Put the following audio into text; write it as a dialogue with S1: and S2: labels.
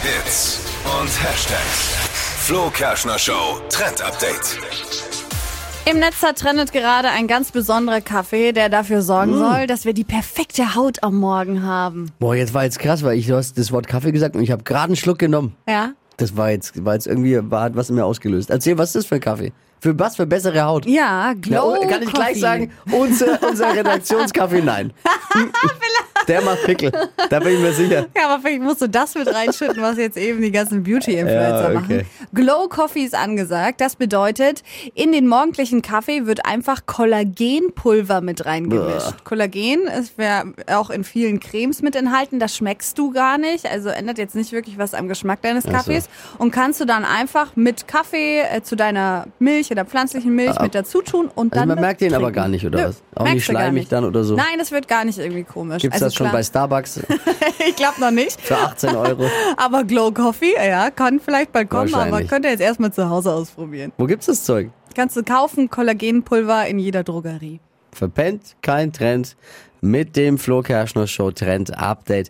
S1: Hits und Hashtags. Flo Kerschner Show Trend Update.
S2: Im Netz zertrennt gerade ein ganz besonderer Kaffee, der dafür
S3: Mm.
S2: sorgen soll, dass wir die perfekte Haut am Morgen haben.
S3: Boah, jetzt war jetzt krass, weil ich, du hast das Wort Kaffee gesagt und ich habe gerade einen Schluck genommen.
S2: Ja?
S3: Das war jetzt, war jetzt irgendwie, war, hat was in mir ausgelöst. Erzähl, was ist das für ein Kaffee? Für was für bessere Haut?
S2: Ja,
S3: Na,
S2: Glow
S3: oh, kann ich gleich
S2: Coffee.
S3: sagen, unser, unser Redaktionskaffee, nein. Der macht Pickel, da bin ich mir sicher.
S2: Ja, aber vielleicht musst du das mit reinschütten, was jetzt eben die ganzen Beauty-Influencer
S3: Ja, okay.
S2: machen. Glow Coffee ist angesagt. Das bedeutet, in den morgendlichen Kaffee wird einfach Kollagenpulver mit reingemischt. Kollagen ist ja auch in vielen Cremes mit enthalten. Das schmeckst du gar nicht. Also ändert jetzt nicht wirklich was am Geschmack deines Kaffees. Und kannst du dann einfach mit Kaffee äh, zu deiner Milch oder pflanzlichen Milch mit dazu tun und
S3: Ah.
S2: dann.
S3: Also man merkt den aber
S2: mittrinken.
S3: gar nicht, oder
S2: Nö,
S3: was? Auch
S2: merkst
S3: nicht
S2: du gar
S3: schleimig
S2: nicht.
S3: dann oder so?
S2: Nein, das wird gar nicht irgendwie komisch.
S3: Gibt's
S2: also
S3: das schon
S2: klar,
S3: bei Starbucks
S2: Ich glaube noch nicht.
S3: für 18 Euro?
S2: Aber Glow Coffee, ja, kann vielleicht bald kommen, aber
S3: Wahrscheinlich.
S2: könnt ihr jetzt erstmal zu Hause ausprobieren.
S3: Wo gibt's das Zeug?
S2: Kannst du kaufen, Kollagenpulver in jeder Drogerie.
S3: Verpennt, kein Trend. Mit dem Flo Kerschner Show Trend Update.